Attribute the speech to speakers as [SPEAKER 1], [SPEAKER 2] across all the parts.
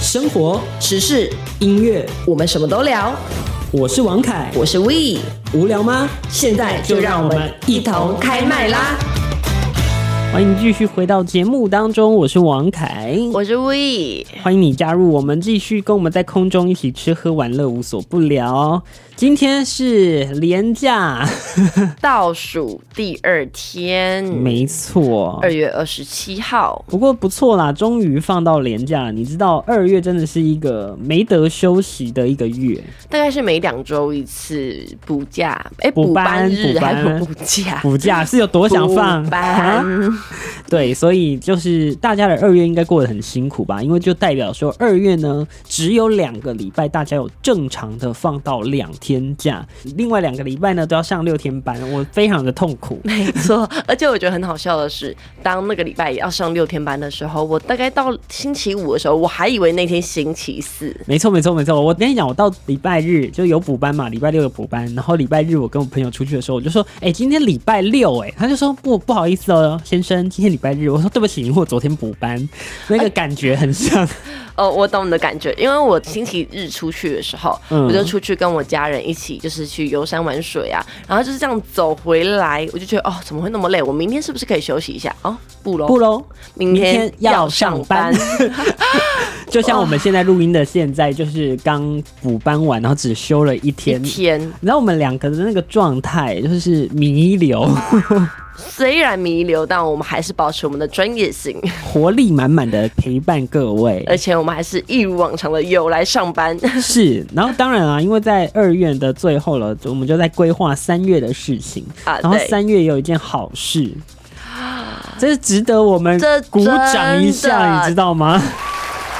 [SPEAKER 1] 生活、
[SPEAKER 2] 时事，
[SPEAKER 1] 音乐，
[SPEAKER 2] 我们什么都聊。
[SPEAKER 1] 我是王凯。
[SPEAKER 2] 我是 We，
[SPEAKER 1] 无聊吗？
[SPEAKER 2] 现在就让我们一同开麦啦！
[SPEAKER 1] 欢迎继续回到节目当中，我是王凯。
[SPEAKER 2] 我是 We，
[SPEAKER 1] 欢迎你加入我们，继续跟我们在空中一起吃喝玩乐，无所不聊。今天是廉假，
[SPEAKER 2] 倒数第二 天，
[SPEAKER 1] 没错
[SPEAKER 2] 二。月二十七号，
[SPEAKER 1] 不过不错啦，终于放到廉假了。你知道二月真的是一个没得休息的一个月，
[SPEAKER 2] 大概是每两周一次补假，哎，
[SPEAKER 1] 补班
[SPEAKER 2] 班日
[SPEAKER 1] 补班
[SPEAKER 2] 还是补假？
[SPEAKER 1] 补假是有多想放啊
[SPEAKER 2] 补？班，
[SPEAKER 1] 对，所以就是大家的二月应该过得很辛苦吧，因为就代表说二月呢只有两个礼拜，大家有正常的放到两天假，另外两个礼拜呢都要上六天班，我非常的痛苦。
[SPEAKER 2] 没错。而且我觉得很好笑的是，当那个礼拜也要上六天班的时候，我大概到星期五的时候，我还以为那天星期四。
[SPEAKER 1] 没错，没错，没错。我跟你讲，我到礼拜日就有补班嘛，礼拜六有补班，然后礼拜日我跟我朋友出去的时候，我就说，哎、今天礼拜六、哎，他就说不不好意思哦，先生，今天礼拜日。我说对不起，我昨天补班，那个感觉很像。
[SPEAKER 2] 哦，我懂你的感觉，因为我星期日出去的时候，
[SPEAKER 1] 嗯
[SPEAKER 2] 我就出去跟我家人一起，就是去游山玩水啊，然后就是这样走回来，我就觉得哦，怎么会那么累？我明天是不是可以休息一下？哦，不喽，
[SPEAKER 1] 不喽，
[SPEAKER 2] 明
[SPEAKER 1] 明天要上班就像我们现在录音的现在，就是刚补班完，然后只休了一
[SPEAKER 2] 一
[SPEAKER 1] 天。
[SPEAKER 2] 天
[SPEAKER 1] 你知道我们两个的那个状态就是哦弥留，
[SPEAKER 2] 虽然弥留，但我们还是保持我们的专业性，
[SPEAKER 1] 活力满满的陪伴各位。
[SPEAKER 2] 而且我们还是一如往常的有来上班。
[SPEAKER 1] 是，然后当然啊，因为在二月的最后了，我们就在规划三月的事情。
[SPEAKER 2] 啊
[SPEAKER 1] 然后
[SPEAKER 2] 对
[SPEAKER 1] 三月有一件好事，这是值得我们
[SPEAKER 2] 这
[SPEAKER 1] 鼓掌一
[SPEAKER 2] 真
[SPEAKER 1] 下，
[SPEAKER 2] 的
[SPEAKER 1] 你知道吗？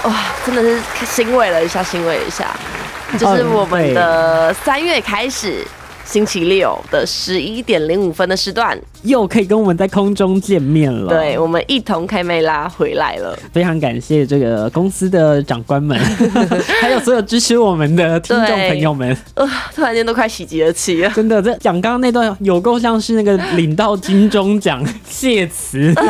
[SPEAKER 2] 哇，真的是欣慰了一下，欣慰了一下，就是
[SPEAKER 1] 哦
[SPEAKER 2] 我们
[SPEAKER 1] 对
[SPEAKER 2] 的三月开始。星期六的十一点零五分的时段，
[SPEAKER 1] 又可以跟我们在空中见面了。
[SPEAKER 2] 对，我们一同开麦拉回来了。
[SPEAKER 1] 非常感谢这个公司的长官们，还有所有支持我们的听众朋友们。
[SPEAKER 2] 呃，突然间都快喜极 而泣了。
[SPEAKER 1] 真的，这讲刚刚那段有够像是那个领到金钟奖谢词，
[SPEAKER 2] 嗯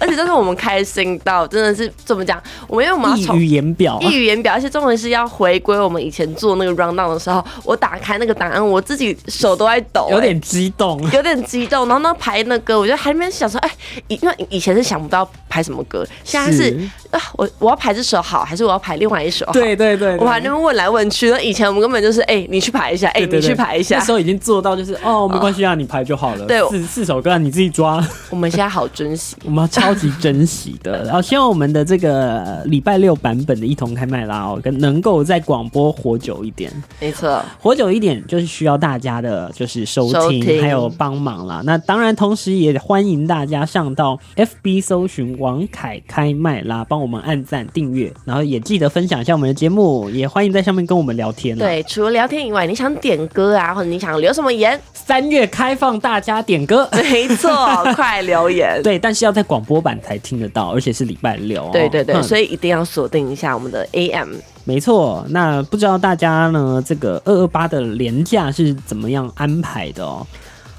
[SPEAKER 2] 而且就是我们开心到真的是怎么讲？我们因为我们要
[SPEAKER 1] 溢
[SPEAKER 2] 从
[SPEAKER 1] 于言表。啊
[SPEAKER 2] 一语言表，而且重点是要回归我们以前做那个 round down 的时候，我打开那个档案，我自己手都在抖、
[SPEAKER 1] 有
[SPEAKER 2] 哎
[SPEAKER 1] 点激动，
[SPEAKER 2] 有点激动。然后呢，排那歌，我就还没想说，哎、以因为以前是想不到排什么歌，现在是
[SPEAKER 1] 是
[SPEAKER 2] 啊，我我要排这首好，还是我要排另外一首好？
[SPEAKER 1] 对对对，
[SPEAKER 2] 我
[SPEAKER 1] 对
[SPEAKER 2] 们还在那边问来问去。那以前我们根本就是，哎、你去排一下，哎、
[SPEAKER 1] 对对
[SPEAKER 2] 你
[SPEAKER 1] 对
[SPEAKER 2] 去排一下
[SPEAKER 1] 那。时候已经做到就是哦，没关系啊，你排就好了。
[SPEAKER 2] 对
[SPEAKER 1] 四四首歌啊你自己抓，
[SPEAKER 2] 我们现在好珍惜。
[SPEAKER 1] 我们超级珍惜的。然后希望我们的这个呃礼拜六版本的一同开麦啦哦，跟能够在广播活久一点。
[SPEAKER 2] 没错，
[SPEAKER 1] 活久一点，就是需要大家的，就是收听
[SPEAKER 2] 收听
[SPEAKER 1] 还有帮忙啦。那当然，同时也欢迎大家上到 FB 搜寻王凯开麦啦，帮我们按赞、订阅，然后也记得分享一下我们的节目，也欢迎在上面跟我们聊天啦。，
[SPEAKER 2] 对，除了聊天以外，你想点歌啊，或者你想留什么 言，
[SPEAKER 1] 三月开放大家点歌。
[SPEAKER 2] 没错，快留言。
[SPEAKER 1] 对，但是要在广播版才听得到，而且是礼拜六、哦。
[SPEAKER 2] 对对对，
[SPEAKER 1] 嗯
[SPEAKER 2] 所以一定要锁定一下我们的 AM。
[SPEAKER 1] 没错，那不知道大家呢，这个二二八的廉价是怎么样安排的哦？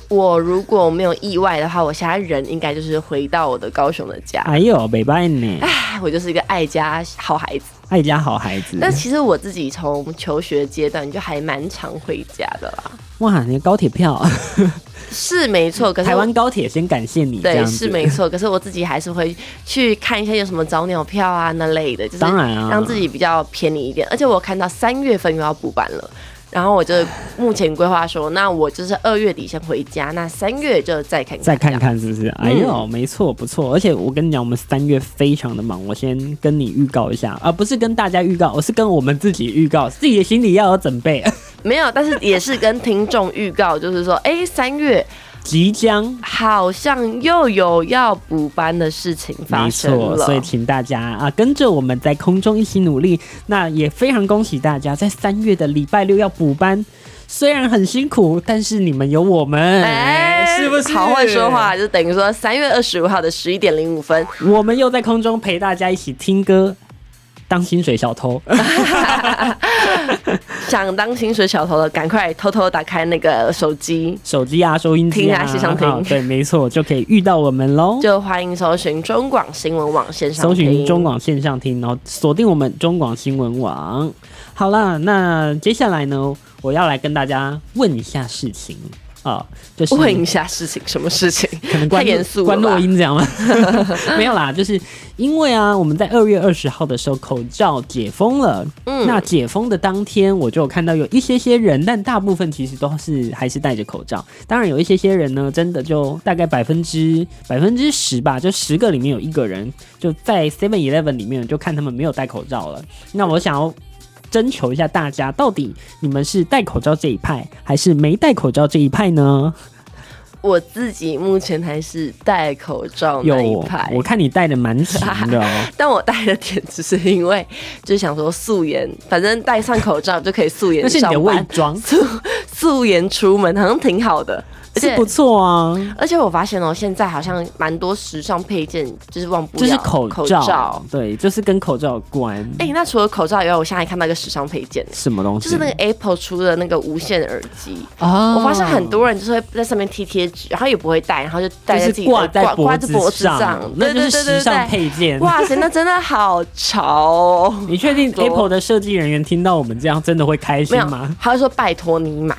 [SPEAKER 2] 我如果没有意外的话，我现在人应该就是回到我的高雄的家。
[SPEAKER 1] 哎呦，北拜呢，
[SPEAKER 2] 唉，我就是一个爱家好孩子。
[SPEAKER 1] 爱家好孩子。
[SPEAKER 2] 但其实我自己从求学阶段就还蛮常回家的啦。
[SPEAKER 1] 哇，你的高铁票，
[SPEAKER 2] 是没错，可是
[SPEAKER 1] 台
[SPEAKER 2] 我
[SPEAKER 1] 湾高铁先感谢你，这
[SPEAKER 2] 对
[SPEAKER 1] 样子
[SPEAKER 2] 是没错，可是我自己还是会去看一下有什么早鸟票啊那类的，就是
[SPEAKER 1] 当然啊
[SPEAKER 2] 让自己比较便宜一点。而且我看到三月份又要补班了。然后我就目前规划说，那我就是二月底先回家，那三月就再看看。
[SPEAKER 1] 再看看是不是？
[SPEAKER 2] 嗯
[SPEAKER 1] 哎呦，没错，不错。而且我跟你讲，我们三月非常的忙，我先跟你预告一下，而、不是跟大家预告，我是跟我们自己预告，自己的心里要有准备，
[SPEAKER 2] 没有，但是也是跟听众预告，就是说，哎，三月
[SPEAKER 1] 即将
[SPEAKER 2] 好像又有要补班的事情发
[SPEAKER 1] 没
[SPEAKER 2] 生
[SPEAKER 1] 错，
[SPEAKER 2] 了。
[SPEAKER 1] 所以请大家啊，跟着我们在空中一起努力。那也非常恭喜大家，在三月的礼拜六要补班，虽然很辛苦，但是你们有我们，
[SPEAKER 2] 哎，
[SPEAKER 1] 是不是？
[SPEAKER 2] 好会说话，，就等于说三月二十五号的十一点零五分，
[SPEAKER 1] 我们又在空中陪大家一起听歌，当薪水小偷。
[SPEAKER 2] 想当薪水小偷的，赶快偷偷打开那个手机，
[SPEAKER 1] 手机啊、收音机
[SPEAKER 2] 听啊
[SPEAKER 1] 啊，
[SPEAKER 2] 线上听
[SPEAKER 1] 好对，没错，就可以遇到我们喽。
[SPEAKER 2] 就欢迎搜寻中广新闻网线上
[SPEAKER 1] 搜寻
[SPEAKER 2] 听
[SPEAKER 1] 中广线上听，然后锁定我们中广新闻网。好啦，那接下来呢，我要来跟大家问一下事情啊、就是
[SPEAKER 2] 问一下事情，什么事情？
[SPEAKER 1] 可能关
[SPEAKER 2] 太严肃了
[SPEAKER 1] 关
[SPEAKER 2] 吧
[SPEAKER 1] 录音这样吗？ 没有啦，就是因为啊，我们在二月二十号的时候口罩解封了。
[SPEAKER 2] 嗯
[SPEAKER 1] 那解封的当天，我就有看到有一些些人，但大部分其实都是还是戴着口罩。当然有一些些人呢，真的就大概百分之百分之十吧，就十个里面有一个人就在 Seven Eleven 里面，就看他们没有戴口罩了。那我想要。征求一下大家，到底你们是戴口罩这一派，还是没戴口罩这一派呢？
[SPEAKER 2] 我自己目前还是戴口罩那一
[SPEAKER 1] 有
[SPEAKER 2] 派，，
[SPEAKER 1] 我看你戴的蛮勤的 哦。
[SPEAKER 2] 但我戴的点只是因为就是想说素颜，反正戴上口罩就可以素颜
[SPEAKER 1] 那是你的
[SPEAKER 2] 上
[SPEAKER 1] 伪
[SPEAKER 2] 班，
[SPEAKER 1] 装，
[SPEAKER 2] 素素颜出门好像挺好的，而
[SPEAKER 1] 是
[SPEAKER 2] 且
[SPEAKER 1] 不错啊。
[SPEAKER 2] 而且我发现哦、现在好像蛮多时尚配件就是忘不了
[SPEAKER 1] 就是口
[SPEAKER 2] 口
[SPEAKER 1] 罩，对，就是跟口罩有关。
[SPEAKER 2] 哎、那除了口罩以外，我现在还看到一个时尚配件，
[SPEAKER 1] 什么东西？
[SPEAKER 2] 就是那个 Apple 出的那个无线耳机。
[SPEAKER 1] 啊
[SPEAKER 2] 我发现很多人就是会在上面贴贴纸，然后也不会戴，然后就戴
[SPEAKER 1] 就
[SPEAKER 2] 在自
[SPEAKER 1] 是
[SPEAKER 2] 己的
[SPEAKER 1] 挂在
[SPEAKER 2] 挂在脖
[SPEAKER 1] 子
[SPEAKER 2] 子上，
[SPEAKER 1] 那就是
[SPEAKER 2] 对对对
[SPEAKER 1] 时
[SPEAKER 2] 对
[SPEAKER 1] 尚
[SPEAKER 2] 对
[SPEAKER 1] 配件。
[SPEAKER 2] 哇塞，那真的好潮哦！
[SPEAKER 1] 你确定
[SPEAKER 2] 多
[SPEAKER 1] Apple 的设计人员听到我们这样真的会开
[SPEAKER 2] 没
[SPEAKER 1] 心
[SPEAKER 2] 有
[SPEAKER 1] 吗？，
[SPEAKER 2] 他就说拜托你买，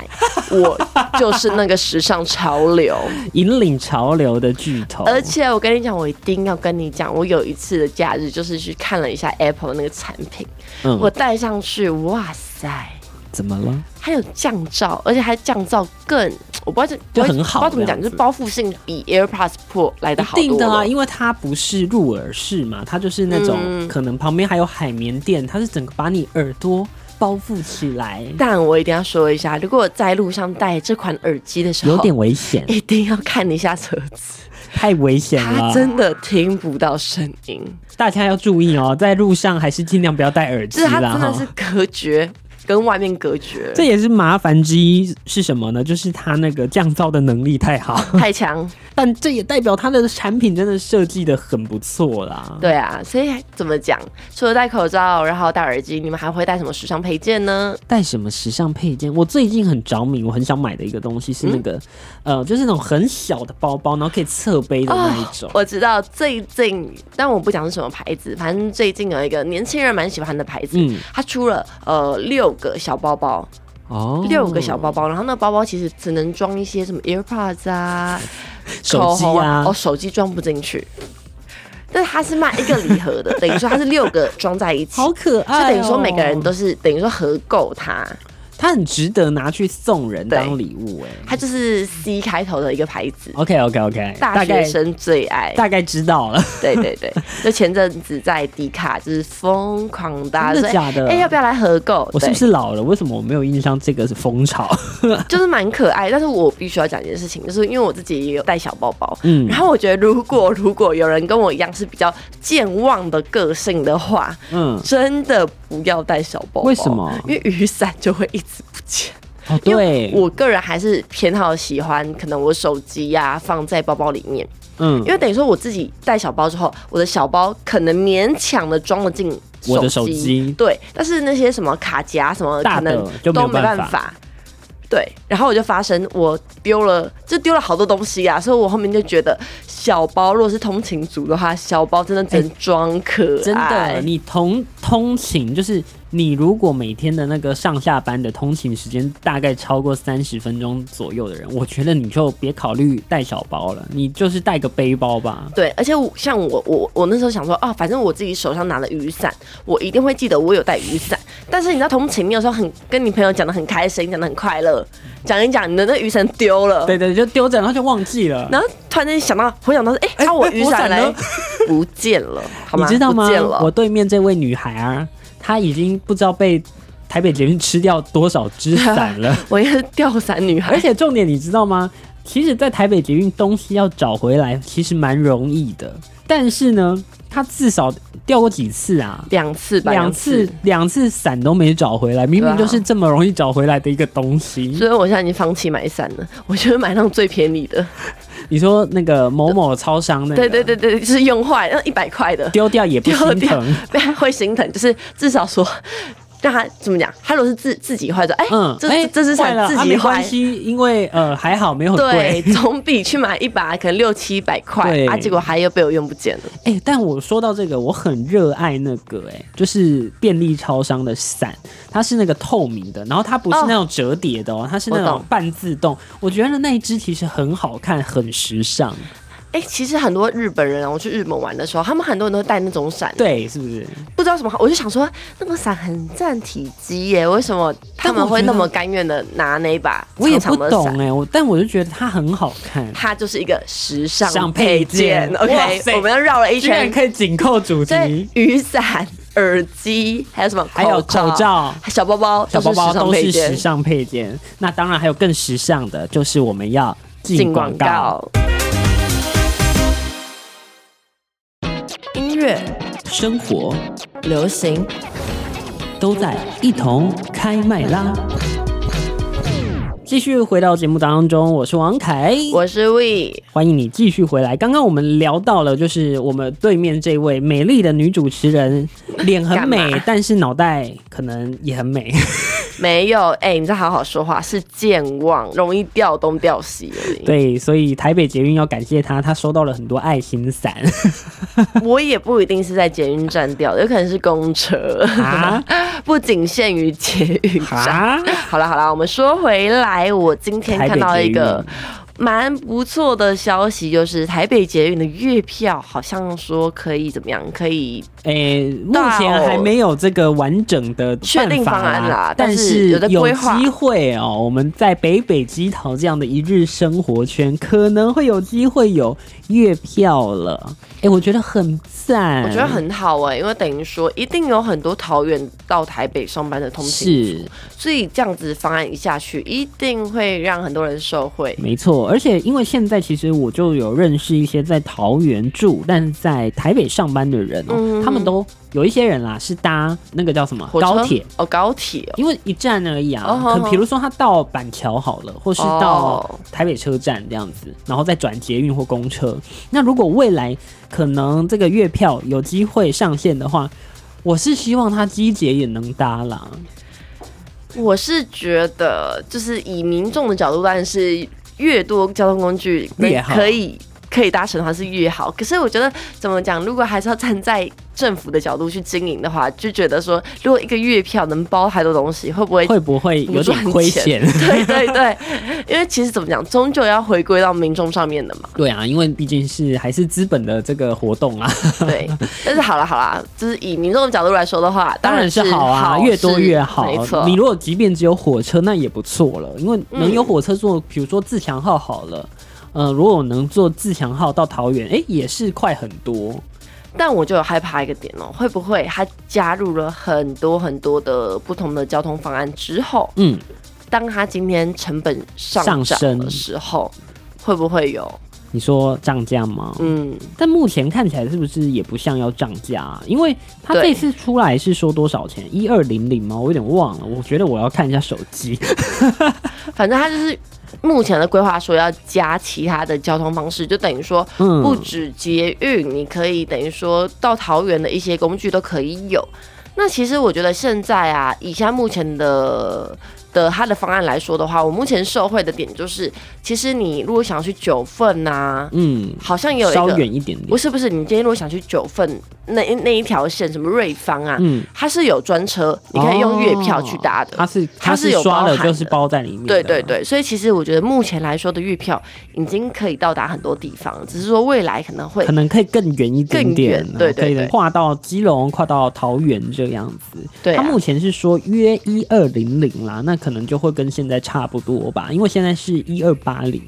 [SPEAKER 2] 我就是那个时尚潮 流。
[SPEAKER 1] 引领潮流的巨头，
[SPEAKER 2] 而且我跟你讲，我一定要跟你讲，我有一次的假日就是去看了一下 Apple 那个产品，
[SPEAKER 1] 嗯
[SPEAKER 2] 我戴上去，哇塞！
[SPEAKER 1] 怎么了？
[SPEAKER 2] 还有降噪，而且它降噪更，我不知道这
[SPEAKER 1] 就很好
[SPEAKER 2] 我不知道怎么
[SPEAKER 1] 这样
[SPEAKER 2] 讲，
[SPEAKER 1] 子
[SPEAKER 2] 就是包覆性比 AirPods Pro 来的好
[SPEAKER 1] 一定
[SPEAKER 2] 多
[SPEAKER 1] 的啊，
[SPEAKER 2] 了。
[SPEAKER 1] 因为它不是入耳式嘛，它就是那种、
[SPEAKER 2] 嗯
[SPEAKER 1] 可能旁边还有海绵垫，它是整个把你耳朵包覆起来，
[SPEAKER 2] 但我一定要说一下，如果在路上戴这款耳机的时候，
[SPEAKER 1] 有点危险，
[SPEAKER 2] 一定要看一下车 子，
[SPEAKER 1] 太危险
[SPEAKER 2] 它
[SPEAKER 1] 了。
[SPEAKER 2] 真的听不到声音，
[SPEAKER 1] 大家要注意哦，在路上还是尽量不要戴耳机
[SPEAKER 2] 就是它
[SPEAKER 1] 啦
[SPEAKER 2] 真的是
[SPEAKER 1] 哈。
[SPEAKER 2] 隔绝，跟外面隔绝，
[SPEAKER 1] 这也是麻烦之一是什么呢？就是它那个降噪的能力太 好，
[SPEAKER 2] 太强。
[SPEAKER 1] 但这也代表它的产品真的设计的很不错啦。
[SPEAKER 2] 对啊，所以怎么讲？除了戴口罩，然后戴耳机，你们还会戴什么时尚配件呢？
[SPEAKER 1] 带什么时尚配件？我最近很着迷，我很想买的一个东西是那个，呃，就是那种很小的包包，然后可以侧背的那一种。
[SPEAKER 2] 啊我知道最近，但我不讲是什么牌子，反正最近有一个年轻人蛮喜欢的牌子，
[SPEAKER 1] 嗯
[SPEAKER 2] 它出了呃六个小包包，
[SPEAKER 1] 哦
[SPEAKER 2] 六个小包包，然后那个包包其实只能装一些什么 AirPods 啊、
[SPEAKER 1] 手机
[SPEAKER 2] 口红
[SPEAKER 1] 啊
[SPEAKER 2] 哦，，手机装不进去。但是它是卖一个礼盒的，等于说它是六个装在一起，
[SPEAKER 1] 好可
[SPEAKER 2] 就
[SPEAKER 1] 爱、哦。
[SPEAKER 2] 等于说每个人，都是等于说合购它，
[SPEAKER 1] 它很值得拿去送人
[SPEAKER 2] 对
[SPEAKER 1] 当礼物哎、
[SPEAKER 2] 它就是 C 开头的一个牌子，
[SPEAKER 1] OK OK OK，
[SPEAKER 2] 大学
[SPEAKER 1] 哦概
[SPEAKER 2] 生最爱。
[SPEAKER 1] 大概知道了，
[SPEAKER 2] 对对对，就前阵子在迪卡就是疯狂搭，
[SPEAKER 1] 真的
[SPEAKER 2] 所以
[SPEAKER 1] 假的哦
[SPEAKER 2] 哎、要不要来合购？
[SPEAKER 1] 我是
[SPEAKER 2] 对
[SPEAKER 1] 不是老了？为什么我没有印象这个是风潮？
[SPEAKER 2] 就是蛮可爱？但是我必须要讲一件事情，就是因为我自己也有带小包包，
[SPEAKER 1] 嗯
[SPEAKER 2] 然后我觉得如果如果有人跟我一样是比较健忘的个性的话，
[SPEAKER 1] 嗯，
[SPEAKER 2] 真的不要带小包包。
[SPEAKER 1] 为什么
[SPEAKER 2] 因为雨伞就会一直不见。
[SPEAKER 1] 哦
[SPEAKER 2] 因为
[SPEAKER 1] 对，
[SPEAKER 2] 我个人还是偏好喜欢，可能我手机呀、放在包包里面，
[SPEAKER 1] 嗯
[SPEAKER 2] 因为等于说我自己带小包之后，我的小包可能勉强的装得进
[SPEAKER 1] 我的手机
[SPEAKER 2] 对，但是那些什么卡夹什么，
[SPEAKER 1] 大
[SPEAKER 2] 可
[SPEAKER 1] 的
[SPEAKER 2] 能
[SPEAKER 1] 就没有
[SPEAKER 2] 都没
[SPEAKER 1] 办
[SPEAKER 2] 办
[SPEAKER 1] 法
[SPEAKER 2] 法。对，然后我就发生我丢了，就丢了好多东西啊，所以我后面就觉得小包如果是通勤族的话，小包真的
[SPEAKER 1] 哎
[SPEAKER 2] 只能装可爱，
[SPEAKER 1] 真的，你同通勤就是你如果每天的那个上下班的通勤时间大概超过三十分钟左右的人，我觉得你就别考虑带小包了，你就是带个背包 吧。
[SPEAKER 2] 对，而且我像我我我那时候想说啊，反正我自己手上拿了雨伞，我一定会记得我有带雨伞。但是你知道同情，你有时候很跟你朋友讲的很开心，讲的很快乐，讲一讲你的那雨伞丢了，
[SPEAKER 1] 对对，就丢着，然后就忘记了。
[SPEAKER 2] 然后突然间想到，回想到说，哎、
[SPEAKER 1] 哎
[SPEAKER 2] 啊我
[SPEAKER 1] 哎
[SPEAKER 2] 雨
[SPEAKER 1] 我
[SPEAKER 2] 伞
[SPEAKER 1] 伞
[SPEAKER 2] 嘞
[SPEAKER 1] 呢
[SPEAKER 2] 不见了，好
[SPEAKER 1] 你
[SPEAKER 2] 吗？
[SPEAKER 1] 知道吗
[SPEAKER 2] 不见？了
[SPEAKER 1] 我，对面这位女孩啊，她已经不知道被台北捷运吃掉多少 只伞了。
[SPEAKER 2] 我也是掉伞女 孩
[SPEAKER 1] 而。且重点你知道吗？其实，在台北捷运东西要找回来，其实蛮容易的。但是呢，它至少掉过几次啊？
[SPEAKER 2] 两次吧，
[SPEAKER 1] 两次，两次伞都没找回来，明明
[SPEAKER 2] 对啊
[SPEAKER 1] 就是这么容易找回来的一个东西。
[SPEAKER 2] 所以我现在已经放弃买伞了，我就会买那种最便 宜的。
[SPEAKER 1] 你说那个某某超商那个，
[SPEAKER 2] 对对，对对，就是用坏那一百块的，
[SPEAKER 1] 丢掉也不
[SPEAKER 2] 丢
[SPEAKER 1] 心
[SPEAKER 2] 掉
[SPEAKER 1] 疼，
[SPEAKER 2] 不然会心疼，就是至少说让他怎么讲？他如果是自自己坏的，哎、
[SPEAKER 1] 嗯，
[SPEAKER 2] 这、
[SPEAKER 1] 哎
[SPEAKER 2] 这是
[SPEAKER 1] 坏了，
[SPEAKER 2] 自
[SPEAKER 1] 啊
[SPEAKER 2] 己
[SPEAKER 1] 没
[SPEAKER 2] 坏
[SPEAKER 1] 关。系，因为呃还好没有很
[SPEAKER 2] 对
[SPEAKER 1] 贵。，
[SPEAKER 2] 总比去买一把可能六七百块
[SPEAKER 1] 对
[SPEAKER 2] 啊，结果还又被我用不见了。
[SPEAKER 1] 哎、但我说到这个，我很热爱那个、哎，就是便利超商的伞，它是那个透明的，然后它不是
[SPEAKER 2] 哦
[SPEAKER 1] 那种折叠的哦，它是
[SPEAKER 2] 我
[SPEAKER 1] 那种
[SPEAKER 2] 懂
[SPEAKER 1] 半自动。我觉得那一只其实很好看，很时尚，
[SPEAKER 2] 哎、其实很多日本人啊，我去日本玩的时候，他们很多人都会带那种伞，
[SPEAKER 1] 对，是不是？
[SPEAKER 2] 不知道什么好，我就想说那个伞很占体积耶，为什么他们会那么甘愿的拿那一把
[SPEAKER 1] 我也不
[SPEAKER 2] 长长的
[SPEAKER 1] 懂
[SPEAKER 2] 伞？
[SPEAKER 1] 哎、我但我就觉得它很好看，
[SPEAKER 2] 它就是一个时尚
[SPEAKER 1] 上
[SPEAKER 2] 配
[SPEAKER 1] 配
[SPEAKER 2] 件
[SPEAKER 1] 件。
[SPEAKER 2] OK，
[SPEAKER 1] 哇塞
[SPEAKER 2] 我们又绕了一
[SPEAKER 1] 居然
[SPEAKER 2] 圈，
[SPEAKER 1] 可以紧扣主
[SPEAKER 2] 所以
[SPEAKER 1] 题，
[SPEAKER 2] 雨伞、耳机，还有什么？
[SPEAKER 1] 还有口罩。
[SPEAKER 2] 小包包，
[SPEAKER 1] 小包包都
[SPEAKER 2] 都是
[SPEAKER 1] 是时
[SPEAKER 2] 时尚配件
[SPEAKER 1] 尚配件，那当然还有更时尚的，就是我们要进
[SPEAKER 2] 进
[SPEAKER 1] 广
[SPEAKER 2] 广
[SPEAKER 1] 告。
[SPEAKER 2] 告。音乐、
[SPEAKER 1] 生活
[SPEAKER 2] 流行，
[SPEAKER 1] 都在一同开麦啦。继续回到节目当中，我是王凯，
[SPEAKER 2] 我是 We，
[SPEAKER 1] 欢迎你继续回来。刚刚我们聊到了，就是我们对面这位美丽的女主持 人，脸很
[SPEAKER 2] 干
[SPEAKER 1] 美
[SPEAKER 2] 嘛，
[SPEAKER 1] 但是脑袋可能也很 美。
[SPEAKER 2] 没有哎、你再好好说话，是健忘，容易掉东掉西而已。
[SPEAKER 1] 对，所以台北捷运要感谢她，她收到了很多爱心伞
[SPEAKER 2] 我也不一定是在捷运站掉的，有可能是公车，
[SPEAKER 1] 啊
[SPEAKER 2] 不仅限于捷运 站。
[SPEAKER 1] 啊！
[SPEAKER 2] 好了好了，我们说回来，我今天
[SPEAKER 1] 台北
[SPEAKER 2] 看到
[SPEAKER 1] 捷
[SPEAKER 2] 一
[SPEAKER 1] 运
[SPEAKER 2] 个蛮不错的消息，就是台北捷运的月票好像说可以怎么样，可以
[SPEAKER 1] 诶、哎目前还没有这个完整的
[SPEAKER 2] 确定方案
[SPEAKER 1] 办法
[SPEAKER 2] 啦但
[SPEAKER 1] 但
[SPEAKER 2] 是
[SPEAKER 1] 是
[SPEAKER 2] 有在
[SPEAKER 1] 有
[SPEAKER 2] 规划
[SPEAKER 1] 机会哦。我们在北北基桃这样的一日生活圈，可能会有机会有月票了。诶、我觉得很赞，
[SPEAKER 2] 我觉得很好哎、因为等于说一定有很多桃园到台北上班的通勤，
[SPEAKER 1] 是
[SPEAKER 2] 所以这样子方案一下去，一定会让很多人受惠。
[SPEAKER 1] 没错。而且因为现在其实我就有认识一些在桃园住，但是在台北上班的人哦，
[SPEAKER 2] 嗯
[SPEAKER 1] 他们都有一些人啦是搭那个叫什么
[SPEAKER 2] 火车
[SPEAKER 1] 高铁。
[SPEAKER 2] 哦，高铁哦
[SPEAKER 1] 因为一站而已啊，
[SPEAKER 2] 哦
[SPEAKER 1] 可比如说他到板桥好了，或是到
[SPEAKER 2] 哦
[SPEAKER 1] 台北车站这样子，然后再转捷运或公车。那如果未来可能这个月票有机会上线的话，我是希望他机捷也能搭啦。
[SPEAKER 2] 我是觉得，就是以民众的角度，当然是越多交通工具能
[SPEAKER 1] 越好
[SPEAKER 2] 可以可以搭乘的话是越好。可是我觉得怎么讲，如果还是要站在政府的角度去经营的话，就觉得说，如果一个月票能包太多东西，会不会？
[SPEAKER 1] 会不会有点亏欠？
[SPEAKER 2] 对对对，因为其实怎么讲，终究要回归到民众上面的 嘛。
[SPEAKER 1] 对啊，因为毕竟是还是资本的这个活动啊，
[SPEAKER 2] 对，但是好了好了，就是以民众的角度来说的话，
[SPEAKER 1] 当然
[SPEAKER 2] 是
[SPEAKER 1] 是好啊，越多
[SPEAKER 2] 是
[SPEAKER 1] 越好
[SPEAKER 2] 没错。。
[SPEAKER 1] 你如果即便只有火车，那也不错了，因为能有火车
[SPEAKER 2] 嗯
[SPEAKER 1] 坐，比如说自强号好了。呃，如果我能坐自强号到桃园，哎、也是快很多。
[SPEAKER 2] 但我就有害怕一个点哦、会不会它加入了很多很多的不同的交通方案之后，
[SPEAKER 1] 嗯，
[SPEAKER 2] 当它今天成本上
[SPEAKER 1] 上
[SPEAKER 2] 涨的
[SPEAKER 1] 升
[SPEAKER 2] 时候，会不会有？
[SPEAKER 1] 你说涨价吗？
[SPEAKER 2] 嗯，
[SPEAKER 1] 但目前看起来是不是也不像要涨价、啊？因为它
[SPEAKER 2] 对
[SPEAKER 1] 这次出来是说多少钱？一二零零吗？我有点忘了。我觉得我要看一下手机。
[SPEAKER 2] 反正它就是目前的规划说要加其他的交通方式，就等于说
[SPEAKER 1] 嗯，
[SPEAKER 2] 不止捷运，你可以等于说到桃园的一些工具都可以有。那其实我觉得现在啊，以下目前的的它的方案来说的话，我目前受惠的点就是，其实你如果想要去九份呐、
[SPEAKER 1] 嗯，
[SPEAKER 2] 好像有一
[SPEAKER 1] 稍
[SPEAKER 2] 个
[SPEAKER 1] 远一点点
[SPEAKER 2] 不。是不是，你今天如果想去九份那那一条线，什么瑞芳啊，
[SPEAKER 1] 嗯，哦
[SPEAKER 2] 它是有专车，你可以用月票去搭的。
[SPEAKER 1] 它是
[SPEAKER 2] 它
[SPEAKER 1] 它
[SPEAKER 2] 是
[SPEAKER 1] 是
[SPEAKER 2] 有
[SPEAKER 1] 刷
[SPEAKER 2] 包
[SPEAKER 1] 了
[SPEAKER 2] 含
[SPEAKER 1] 就是
[SPEAKER 2] 的
[SPEAKER 1] 包在里面。
[SPEAKER 2] 对对，对，所以其实我觉得目前来说的月票已经可以到达很多地方，只是说未来可能会
[SPEAKER 1] 可能可以更远一点点
[SPEAKER 2] 更远，
[SPEAKER 1] 然后
[SPEAKER 2] 对对
[SPEAKER 1] 可以
[SPEAKER 2] 对
[SPEAKER 1] 跨到基隆，跨到桃园这样子。
[SPEAKER 2] 对、啊
[SPEAKER 1] 它，目前是说约一二零零啦，那可能就会跟现在差不多吧，因为现在是一二八零。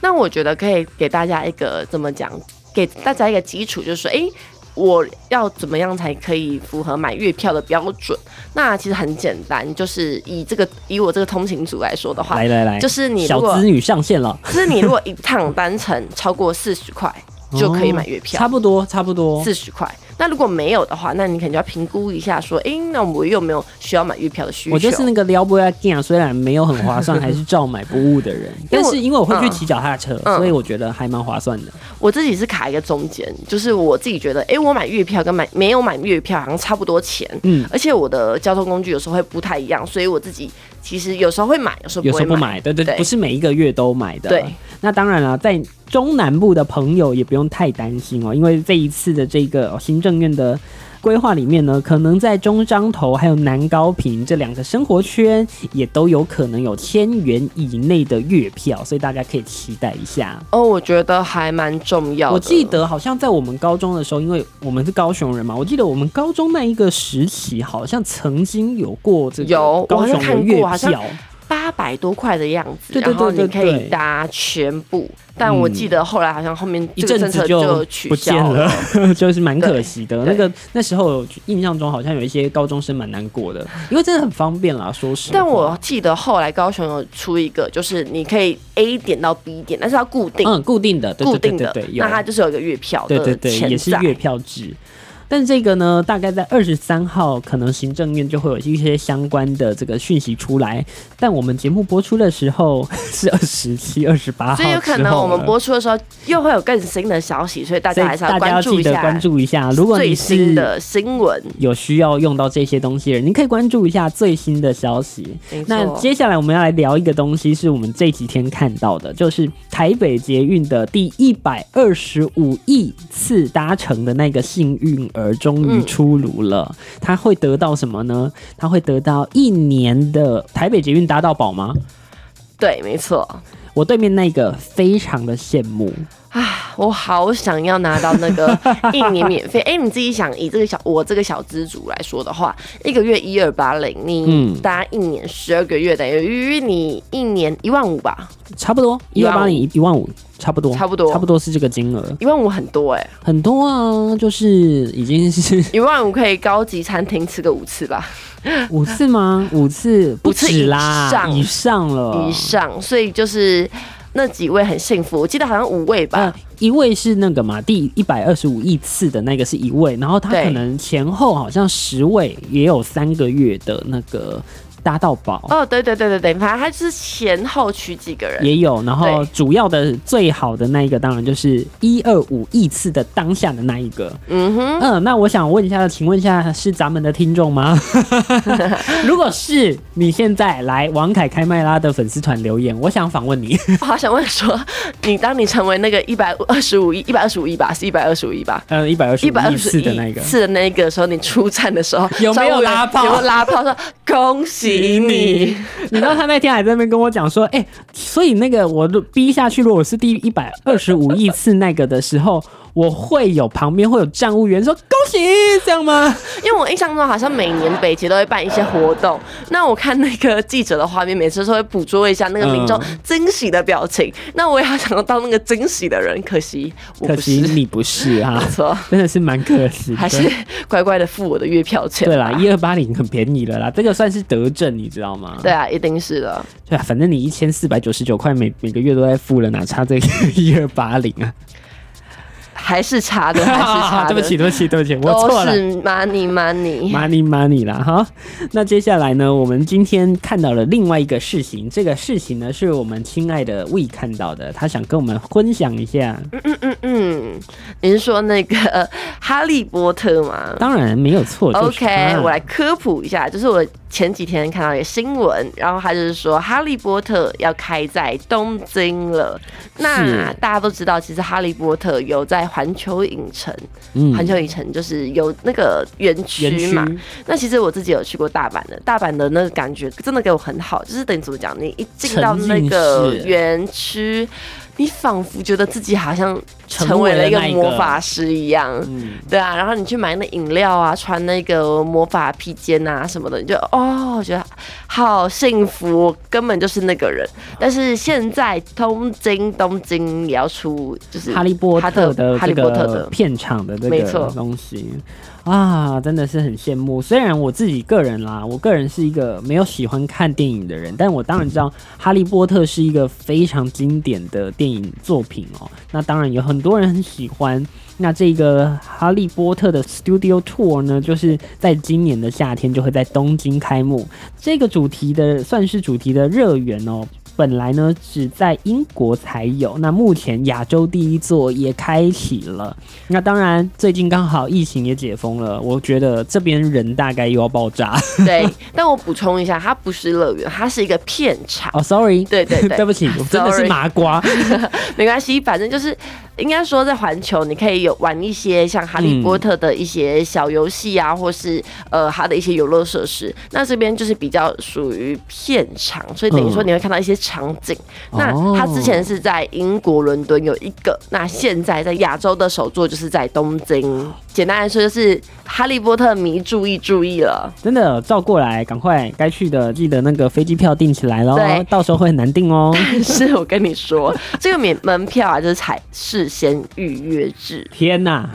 [SPEAKER 2] 那我觉得可以给大家一个怎么讲，给大家一个基础，就是说，诶，我要怎么样才可以符合买月票的标准？那其实很简单，就是以这个以我这个通勤组来说的话
[SPEAKER 1] 来，来来，
[SPEAKER 2] 就是你如
[SPEAKER 1] 小
[SPEAKER 2] 果
[SPEAKER 1] 子女上线了。
[SPEAKER 2] 就是你如果一趟单程超过四十块就可以买月
[SPEAKER 1] 哦
[SPEAKER 2] 票
[SPEAKER 1] 差，不多，差不多。
[SPEAKER 2] 四十块。那如果没有的话，那你可能就要评估一下，说，哎、那我有没有需要买月票的需求？
[SPEAKER 1] 我就是那个撩拨要 g a 虽然没有很划算，还是照买不误的人。
[SPEAKER 2] 因
[SPEAKER 1] 但
[SPEAKER 2] 为我
[SPEAKER 1] 是因为我会去骑脚踏车，
[SPEAKER 2] 嗯
[SPEAKER 1] 所以我觉得还蛮划算的。
[SPEAKER 2] 我自己是卡一个中间，就是我自己觉得，哎、我买月票跟买没有买月票好像差不多钱，
[SPEAKER 1] 嗯
[SPEAKER 2] 而且我的交通工具有时候会不太一样，所以我自己其实有时候会买，有时候
[SPEAKER 1] 有
[SPEAKER 2] 不
[SPEAKER 1] 时
[SPEAKER 2] 会
[SPEAKER 1] 候不
[SPEAKER 2] 买。
[SPEAKER 1] 买，对对，
[SPEAKER 2] 对
[SPEAKER 1] 不是每一个月都买的。
[SPEAKER 2] 对，
[SPEAKER 1] 那当然了，在中南部的朋友也不用太担心哦，因为这一次的这个、哦行政院的。规划里面呢，可能在中彰投还有南高平这两个生活圈，也都有可能有千元以内的月票，所以大家可以期待一下。
[SPEAKER 2] 哦，我觉得还蛮重要的。
[SPEAKER 1] 我记得好像在我们高中的时候，因为我们是高雄人嘛，我记得我们高中那一个时期，好像曾经有过这
[SPEAKER 2] 有
[SPEAKER 1] 个高雄
[SPEAKER 2] 我
[SPEAKER 1] 的
[SPEAKER 2] 好像看
[SPEAKER 1] 月
[SPEAKER 2] 过好像
[SPEAKER 1] 票，
[SPEAKER 2] 八百多块的样子，
[SPEAKER 1] 对对对对
[SPEAKER 2] 然后你可
[SPEAKER 1] 对嗯
[SPEAKER 2] 以搭全部，但我记得后来好像后面
[SPEAKER 1] 一
[SPEAKER 2] 这
[SPEAKER 1] 阵
[SPEAKER 2] 个政
[SPEAKER 1] 子
[SPEAKER 2] 策
[SPEAKER 1] 就
[SPEAKER 2] 取
[SPEAKER 1] 不见
[SPEAKER 2] 消
[SPEAKER 1] 了， 就是蛮可惜的。那
[SPEAKER 2] 对对
[SPEAKER 1] 个那时候印象中好像有一些高中生蛮难过的，因为真的很方便啦，说实话。
[SPEAKER 2] 但我记得后来高雄有出一个，就是你可以 A 点到 B 点，但是它固定、
[SPEAKER 1] 嗯固定的，对
[SPEAKER 2] 固
[SPEAKER 1] 对
[SPEAKER 2] 定
[SPEAKER 1] 对
[SPEAKER 2] 的，
[SPEAKER 1] 对对，有
[SPEAKER 2] 那它就是有一呃个月票的
[SPEAKER 1] 对对对
[SPEAKER 2] 钱
[SPEAKER 1] 也是
[SPEAKER 2] 在
[SPEAKER 1] 月票制。但这个呢，大概在二十三号，可能行政院就会有一些相关的这个讯息出来。但我们节目播出的时候是二十七、二十八号之后
[SPEAKER 2] 所以
[SPEAKER 1] 了，
[SPEAKER 2] 有可能我们播出的时候又会有更新的消息，所以大
[SPEAKER 1] 所以
[SPEAKER 2] 家还是
[SPEAKER 1] 大家
[SPEAKER 2] 关
[SPEAKER 1] 要
[SPEAKER 2] 注
[SPEAKER 1] 记
[SPEAKER 2] 一
[SPEAKER 1] 得
[SPEAKER 2] 下
[SPEAKER 1] 关注一下。如果
[SPEAKER 2] 最
[SPEAKER 1] 你
[SPEAKER 2] 新
[SPEAKER 1] 是
[SPEAKER 2] 的新闻。
[SPEAKER 1] 有需要用到这些东西的人，你可以关注一下最新的消息。
[SPEAKER 2] 没
[SPEAKER 1] 那
[SPEAKER 2] 错
[SPEAKER 1] 接下来我们要来聊一个东西，是我们这几天看到的，就是台北捷运的第一百二十五亿次搭乘的那个幸运儿终于出炉了。它会得到什么呢？它会得到一年的台北捷运搭到宝吗？
[SPEAKER 2] 对，没错
[SPEAKER 1] 我对面那个非常的羡慕，
[SPEAKER 2] 啊，我好想要拿到那 个一年免费。哎、你自己想，以这个小我这个小资主来说的话，一个月一二八零，你
[SPEAKER 1] 嗯
[SPEAKER 2] 搭一年十二个月，等于你一年一万五吧，
[SPEAKER 1] 差不多一
[SPEAKER 2] 一
[SPEAKER 1] 六
[SPEAKER 2] 万
[SPEAKER 1] 八
[SPEAKER 2] 五
[SPEAKER 1] 零一万五，差不多，
[SPEAKER 2] 差不多
[SPEAKER 1] 差不多是这个金额，
[SPEAKER 2] 一万五很多哎、
[SPEAKER 1] 很多啊，就是已经是。
[SPEAKER 2] 一万五可以高级餐厅吃个五次吧，
[SPEAKER 1] 五次吗？五次不止啦，
[SPEAKER 2] 以上
[SPEAKER 1] 以上了，
[SPEAKER 2] 以上，所以就是那几位很幸福，我记得好像五位吧，
[SPEAKER 1] 呃，一位是那个嘛，第一百二十五亿次的那个是一位，然后他
[SPEAKER 2] 对
[SPEAKER 1] 可能前后好像十位也有三个月的那个搭到宝。
[SPEAKER 2] 哦，对对对对对，反正他就是前后取几个人，
[SPEAKER 1] 也有，然后
[SPEAKER 2] 对
[SPEAKER 1] 主要的最好的那一个当然就是一二五亿次的当下的那一个。
[SPEAKER 2] 嗯哼，
[SPEAKER 1] 嗯，那我想问一下，请问一下是咱们的听众吗？ 如果是，你现在来王凯开麦拉的粉丝团留言，我想访问你。
[SPEAKER 2] 我好想问说，你当你成为那个一百二十五亿、一百二十五亿吧，是一百二十五亿吧？
[SPEAKER 1] 呃，一百二十
[SPEAKER 2] 一百
[SPEAKER 1] 五
[SPEAKER 2] 二
[SPEAKER 1] 亿
[SPEAKER 2] 十
[SPEAKER 1] 次的那个，
[SPEAKER 2] 次的那个时候，你出站的时候
[SPEAKER 1] 有没有
[SPEAKER 2] 招呼员
[SPEAKER 1] 拉炮
[SPEAKER 2] 有没有拉炮说恭 喜你？
[SPEAKER 1] 你知道他那天还在那边跟我讲说，哎、所以那个我如逼下去，如果我是第一百二十五亿次那个的时候， 我会有旁边会有站务员说恭喜，这样吗？
[SPEAKER 2] 因为我印象中好像每年北捷都会办一些活动，那我看那个记者的画面，每次都会捕捉一下那个民众
[SPEAKER 1] 嗯
[SPEAKER 2] 惊喜的表情。那我也好想要当那个惊喜的人，可惜我
[SPEAKER 1] 可
[SPEAKER 2] 不
[SPEAKER 1] 惜
[SPEAKER 2] 是，
[SPEAKER 1] 你不是哈、
[SPEAKER 2] 没错，
[SPEAKER 1] 真的是蛮可惜的。
[SPEAKER 2] 还是乖乖的付我的月票钱。
[SPEAKER 1] 对啦，一二八零很便宜了啦，这个算是德政，你知道吗？
[SPEAKER 2] 对啊，一定是的。
[SPEAKER 1] 对啊，反正你一千四百九十九块每每个月都在付了，哪差这个一二八零啊？
[SPEAKER 2] 还是差 的，还是差 的。
[SPEAKER 1] 对不起，，对不起，对不起，我
[SPEAKER 2] 都
[SPEAKER 1] 错了。
[SPEAKER 2] 是 money money。
[SPEAKER 1] money money 啦哈。那接下来呢，我们今天看到了另外一个事情，这个事情呢是我们亲爱的 We 看到的，他想跟我们分享一下。
[SPEAKER 2] 嗯，你是说那个呃哈利波特吗？
[SPEAKER 1] 当然没有错就是嗯他
[SPEAKER 2] OK，我来科普一下，就是我前几天看到一个新闻，然后他就是说《哈利波特》要开在东京了。那
[SPEAKER 1] 是
[SPEAKER 2] 大家都知道，其实《哈利波特》有在环球影城，
[SPEAKER 1] 嗯
[SPEAKER 2] 环、球影城就是有那个园
[SPEAKER 1] 园
[SPEAKER 2] 区
[SPEAKER 1] 区
[SPEAKER 2] 嘛。那其实我自己有去过大阪的，大阪的那个感觉真的给我很好，就是等于怎么讲，你一进到那个
[SPEAKER 1] 沉浸式
[SPEAKER 2] 园区，你仿佛觉得自己好像
[SPEAKER 1] 成
[SPEAKER 2] 成
[SPEAKER 1] 为
[SPEAKER 2] 为
[SPEAKER 1] 了
[SPEAKER 2] 了一个
[SPEAKER 1] 那一个
[SPEAKER 2] 魔法师一样。
[SPEAKER 1] 嗯，
[SPEAKER 2] 对啊，然后你去买那饮料啊，穿那个魔法披肩啊什么的，你就哦，我觉得好幸福，我根本就是那个人。但是现在东京东京也要出，就是
[SPEAKER 1] 哈利波特的
[SPEAKER 2] 哈
[SPEAKER 1] 这
[SPEAKER 2] 利波特
[SPEAKER 1] 个
[SPEAKER 2] 的，
[SPEAKER 1] 片场的这
[SPEAKER 2] 没
[SPEAKER 1] 个
[SPEAKER 2] 错
[SPEAKER 1] 东西啊，真的是很羡慕。虽然我自己个人啦，我个人是一个
[SPEAKER 2] 嗯
[SPEAKER 1] 没有喜欢看电影的人，但我当然知道《哈利波特》是一个非常经典的电电影作品哦。那当然有很多人很喜欢。那这个《哈利波特》的 Studio Tour 呢，就是在今年的夏天就会在东京开幕。这个主题的算是主题的热源哦。本来呢只在英国才有，那目前亚洲第一座也开启了。那当然，最近刚好疫情也解封了，我觉得这边人大概又要爆炸。
[SPEAKER 2] 对，但我补充一下，它不是乐园，它是一个片场。
[SPEAKER 1] 哦、s o r r y
[SPEAKER 2] 对对对，
[SPEAKER 1] 对不起，我真的是
[SPEAKER 2] Sorry
[SPEAKER 1] 麻瓜。
[SPEAKER 2] 没关系，反正就是应该说在环球，你可以有玩一些像哈
[SPEAKER 1] 嗯
[SPEAKER 2] 利波特的一些小游戏啊，或是呃它的一些游乐设施。那这边就是比较属于片场，所以等于说
[SPEAKER 1] 嗯
[SPEAKER 2] 你会看到一些场景。
[SPEAKER 1] 哦
[SPEAKER 2] 那它之前是在英国伦敦有一个，那现在在亚洲的首座就是在东京。简单来说，就是哈利波特迷注意注意了。
[SPEAKER 1] 真的照过来，赶快该去的记得那个飞机票订起来喽
[SPEAKER 2] 对，
[SPEAKER 1] 到时候会很难订 哦。
[SPEAKER 2] 但是我跟你说，这个免门票啊，就是采事先预约制。
[SPEAKER 1] 天呐，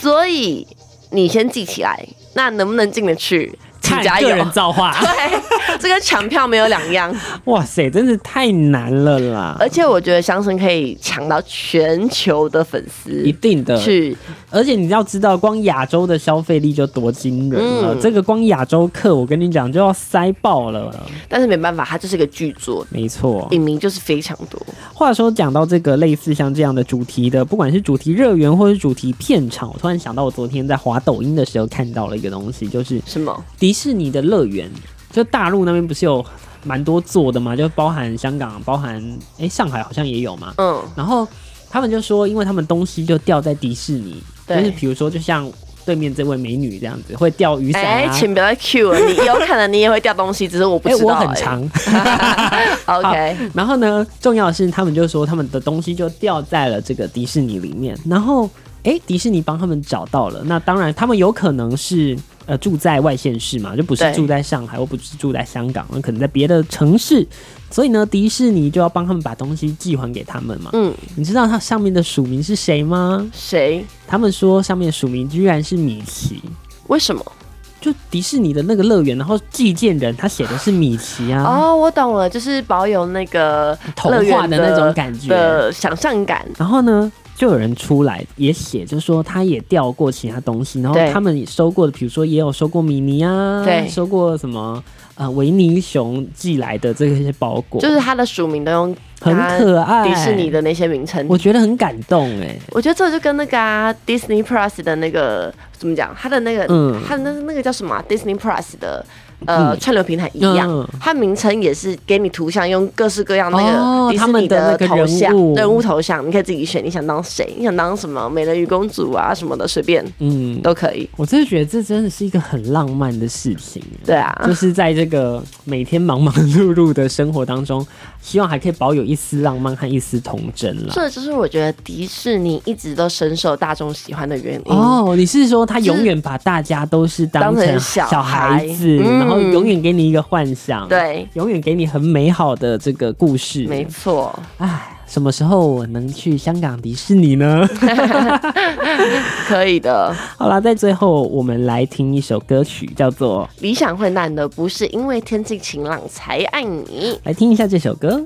[SPEAKER 2] 所以你先记起来，那能不能进得去？请
[SPEAKER 1] 看
[SPEAKER 2] 加油，
[SPEAKER 1] 个！人造化
[SPEAKER 2] 对， 这跟抢票没有两样，
[SPEAKER 1] 哇塞，真是太难了 啦！
[SPEAKER 2] 而且我觉得相声可以抢到全球的粉丝
[SPEAKER 1] 一定的，
[SPEAKER 2] 去，
[SPEAKER 1] 而且你要知道，光亚洲的消费力就多惊人了。
[SPEAKER 2] 嗯
[SPEAKER 1] 这个光亚洲客，我跟你讲就要塞爆了。
[SPEAKER 2] 但是没办法，它就是一个剧作，
[SPEAKER 1] 没错，
[SPEAKER 2] 影迷就是非常多。
[SPEAKER 1] 话说讲到这个类似像这样的主题的，不管是主题热源或是主题片场，我突然想到，我昨天在滑抖音的时候看到了一个东西，就是
[SPEAKER 2] 什么？
[SPEAKER 1] 迪士尼的乐园，就大陆那边不是有蛮多座的嘛，就包含香港，包含诶上海好像也有嘛。
[SPEAKER 2] 嗯，
[SPEAKER 1] 然后他们就说，因为他们东西就掉在迪士尼，就
[SPEAKER 2] 对
[SPEAKER 1] 是比如说就像对面这位美女这样子，会掉雨伞
[SPEAKER 2] 哎、
[SPEAKER 1] 啊。
[SPEAKER 2] 请不要再 cue 了，你有可能你也会掉东西，只是我不
[SPEAKER 1] 诶
[SPEAKER 2] 知
[SPEAKER 1] 我
[SPEAKER 2] 道、
[SPEAKER 1] 很长。
[SPEAKER 2] 哎 OK，
[SPEAKER 1] 然后呢，重要的是他们就说他们的东西就掉在了这个迪士尼里面，然后诶，迪士尼帮他们找到了。那当然，他们有可能是呃住在外县市嘛，就不是
[SPEAKER 2] 对
[SPEAKER 1] 住在上海，或不是住在香港，那可能在别的城市。所以呢，迪士尼就要帮他们把东西寄还给他们嘛。
[SPEAKER 2] 嗯，
[SPEAKER 1] 你知道它上面的署名是谁吗？
[SPEAKER 2] 谁？
[SPEAKER 1] 他们说上面的署名居然是米奇。
[SPEAKER 2] 为什么？
[SPEAKER 1] 就迪士尼的那个乐园，然后寄件人他写的是米奇啊，
[SPEAKER 2] 哦，我懂了，就是保有那个
[SPEAKER 1] 童
[SPEAKER 2] 乐
[SPEAKER 1] 话
[SPEAKER 2] 园
[SPEAKER 1] 的那种感觉。
[SPEAKER 2] 的想象感。
[SPEAKER 1] 然后呢，就有人出来也写，就说他也掉过其他东西，然后
[SPEAKER 2] 对
[SPEAKER 1] 他们也收过的，比如说也有收过米妮啊，
[SPEAKER 2] 对
[SPEAKER 1] 收过什么呃维尼熊寄来的这些包裹，
[SPEAKER 2] 就是它的署名都用
[SPEAKER 1] 很可爱，
[SPEAKER 2] 迪士尼，的那些名称。
[SPEAKER 1] 哎我
[SPEAKER 2] 我
[SPEAKER 1] 觉得很感动哎、
[SPEAKER 2] 我觉得这就跟那个啊，Disney Plus 的那个怎么讲，它的那个，
[SPEAKER 1] 嗯
[SPEAKER 2] 它的那那个叫什么啊、Disney Plus 的呃、
[SPEAKER 1] 嗯
[SPEAKER 2] 串流平台一样，
[SPEAKER 1] 嗯
[SPEAKER 2] 它名称也是给你图像，用各式各样那
[SPEAKER 1] 哦
[SPEAKER 2] 个迪
[SPEAKER 1] 他
[SPEAKER 2] 士
[SPEAKER 1] 们
[SPEAKER 2] 尼
[SPEAKER 1] 的那个
[SPEAKER 2] 头像、
[SPEAKER 1] 人物
[SPEAKER 2] 头像，你可以自己选，你想当谁，你想当什么美人鱼公主啊什么的，随便
[SPEAKER 1] 嗯，
[SPEAKER 2] 都可以。
[SPEAKER 1] 我真的觉得这真的是一个很浪漫的事情欸、
[SPEAKER 2] 对啊
[SPEAKER 1] 就，是在这个每天忙忙碌碌的生活当中，希望还可以保有一丝浪漫和一丝童真啦。
[SPEAKER 2] 这就是我觉得迪士尼一直都深受大众喜欢的原因。
[SPEAKER 1] 哦，你是说他
[SPEAKER 2] 就是
[SPEAKER 1] 永远把大家都是当
[SPEAKER 2] 当成
[SPEAKER 1] 小
[SPEAKER 2] 小
[SPEAKER 1] 孩
[SPEAKER 2] 孩
[SPEAKER 1] 子，
[SPEAKER 2] 嗯
[SPEAKER 1] 然后永远给你一个幻想，，
[SPEAKER 2] 对，
[SPEAKER 1] 永远给你很美好的这个故事。
[SPEAKER 2] 没错。
[SPEAKER 1] 唉，什么时候我能去香港迪士尼呢？
[SPEAKER 2] 可以的，
[SPEAKER 1] 好啦，在最后我们来听一首歌曲，叫做
[SPEAKER 2] 理想会烂的不是因为天气晴朗才爱你。
[SPEAKER 1] 来听一下这首歌。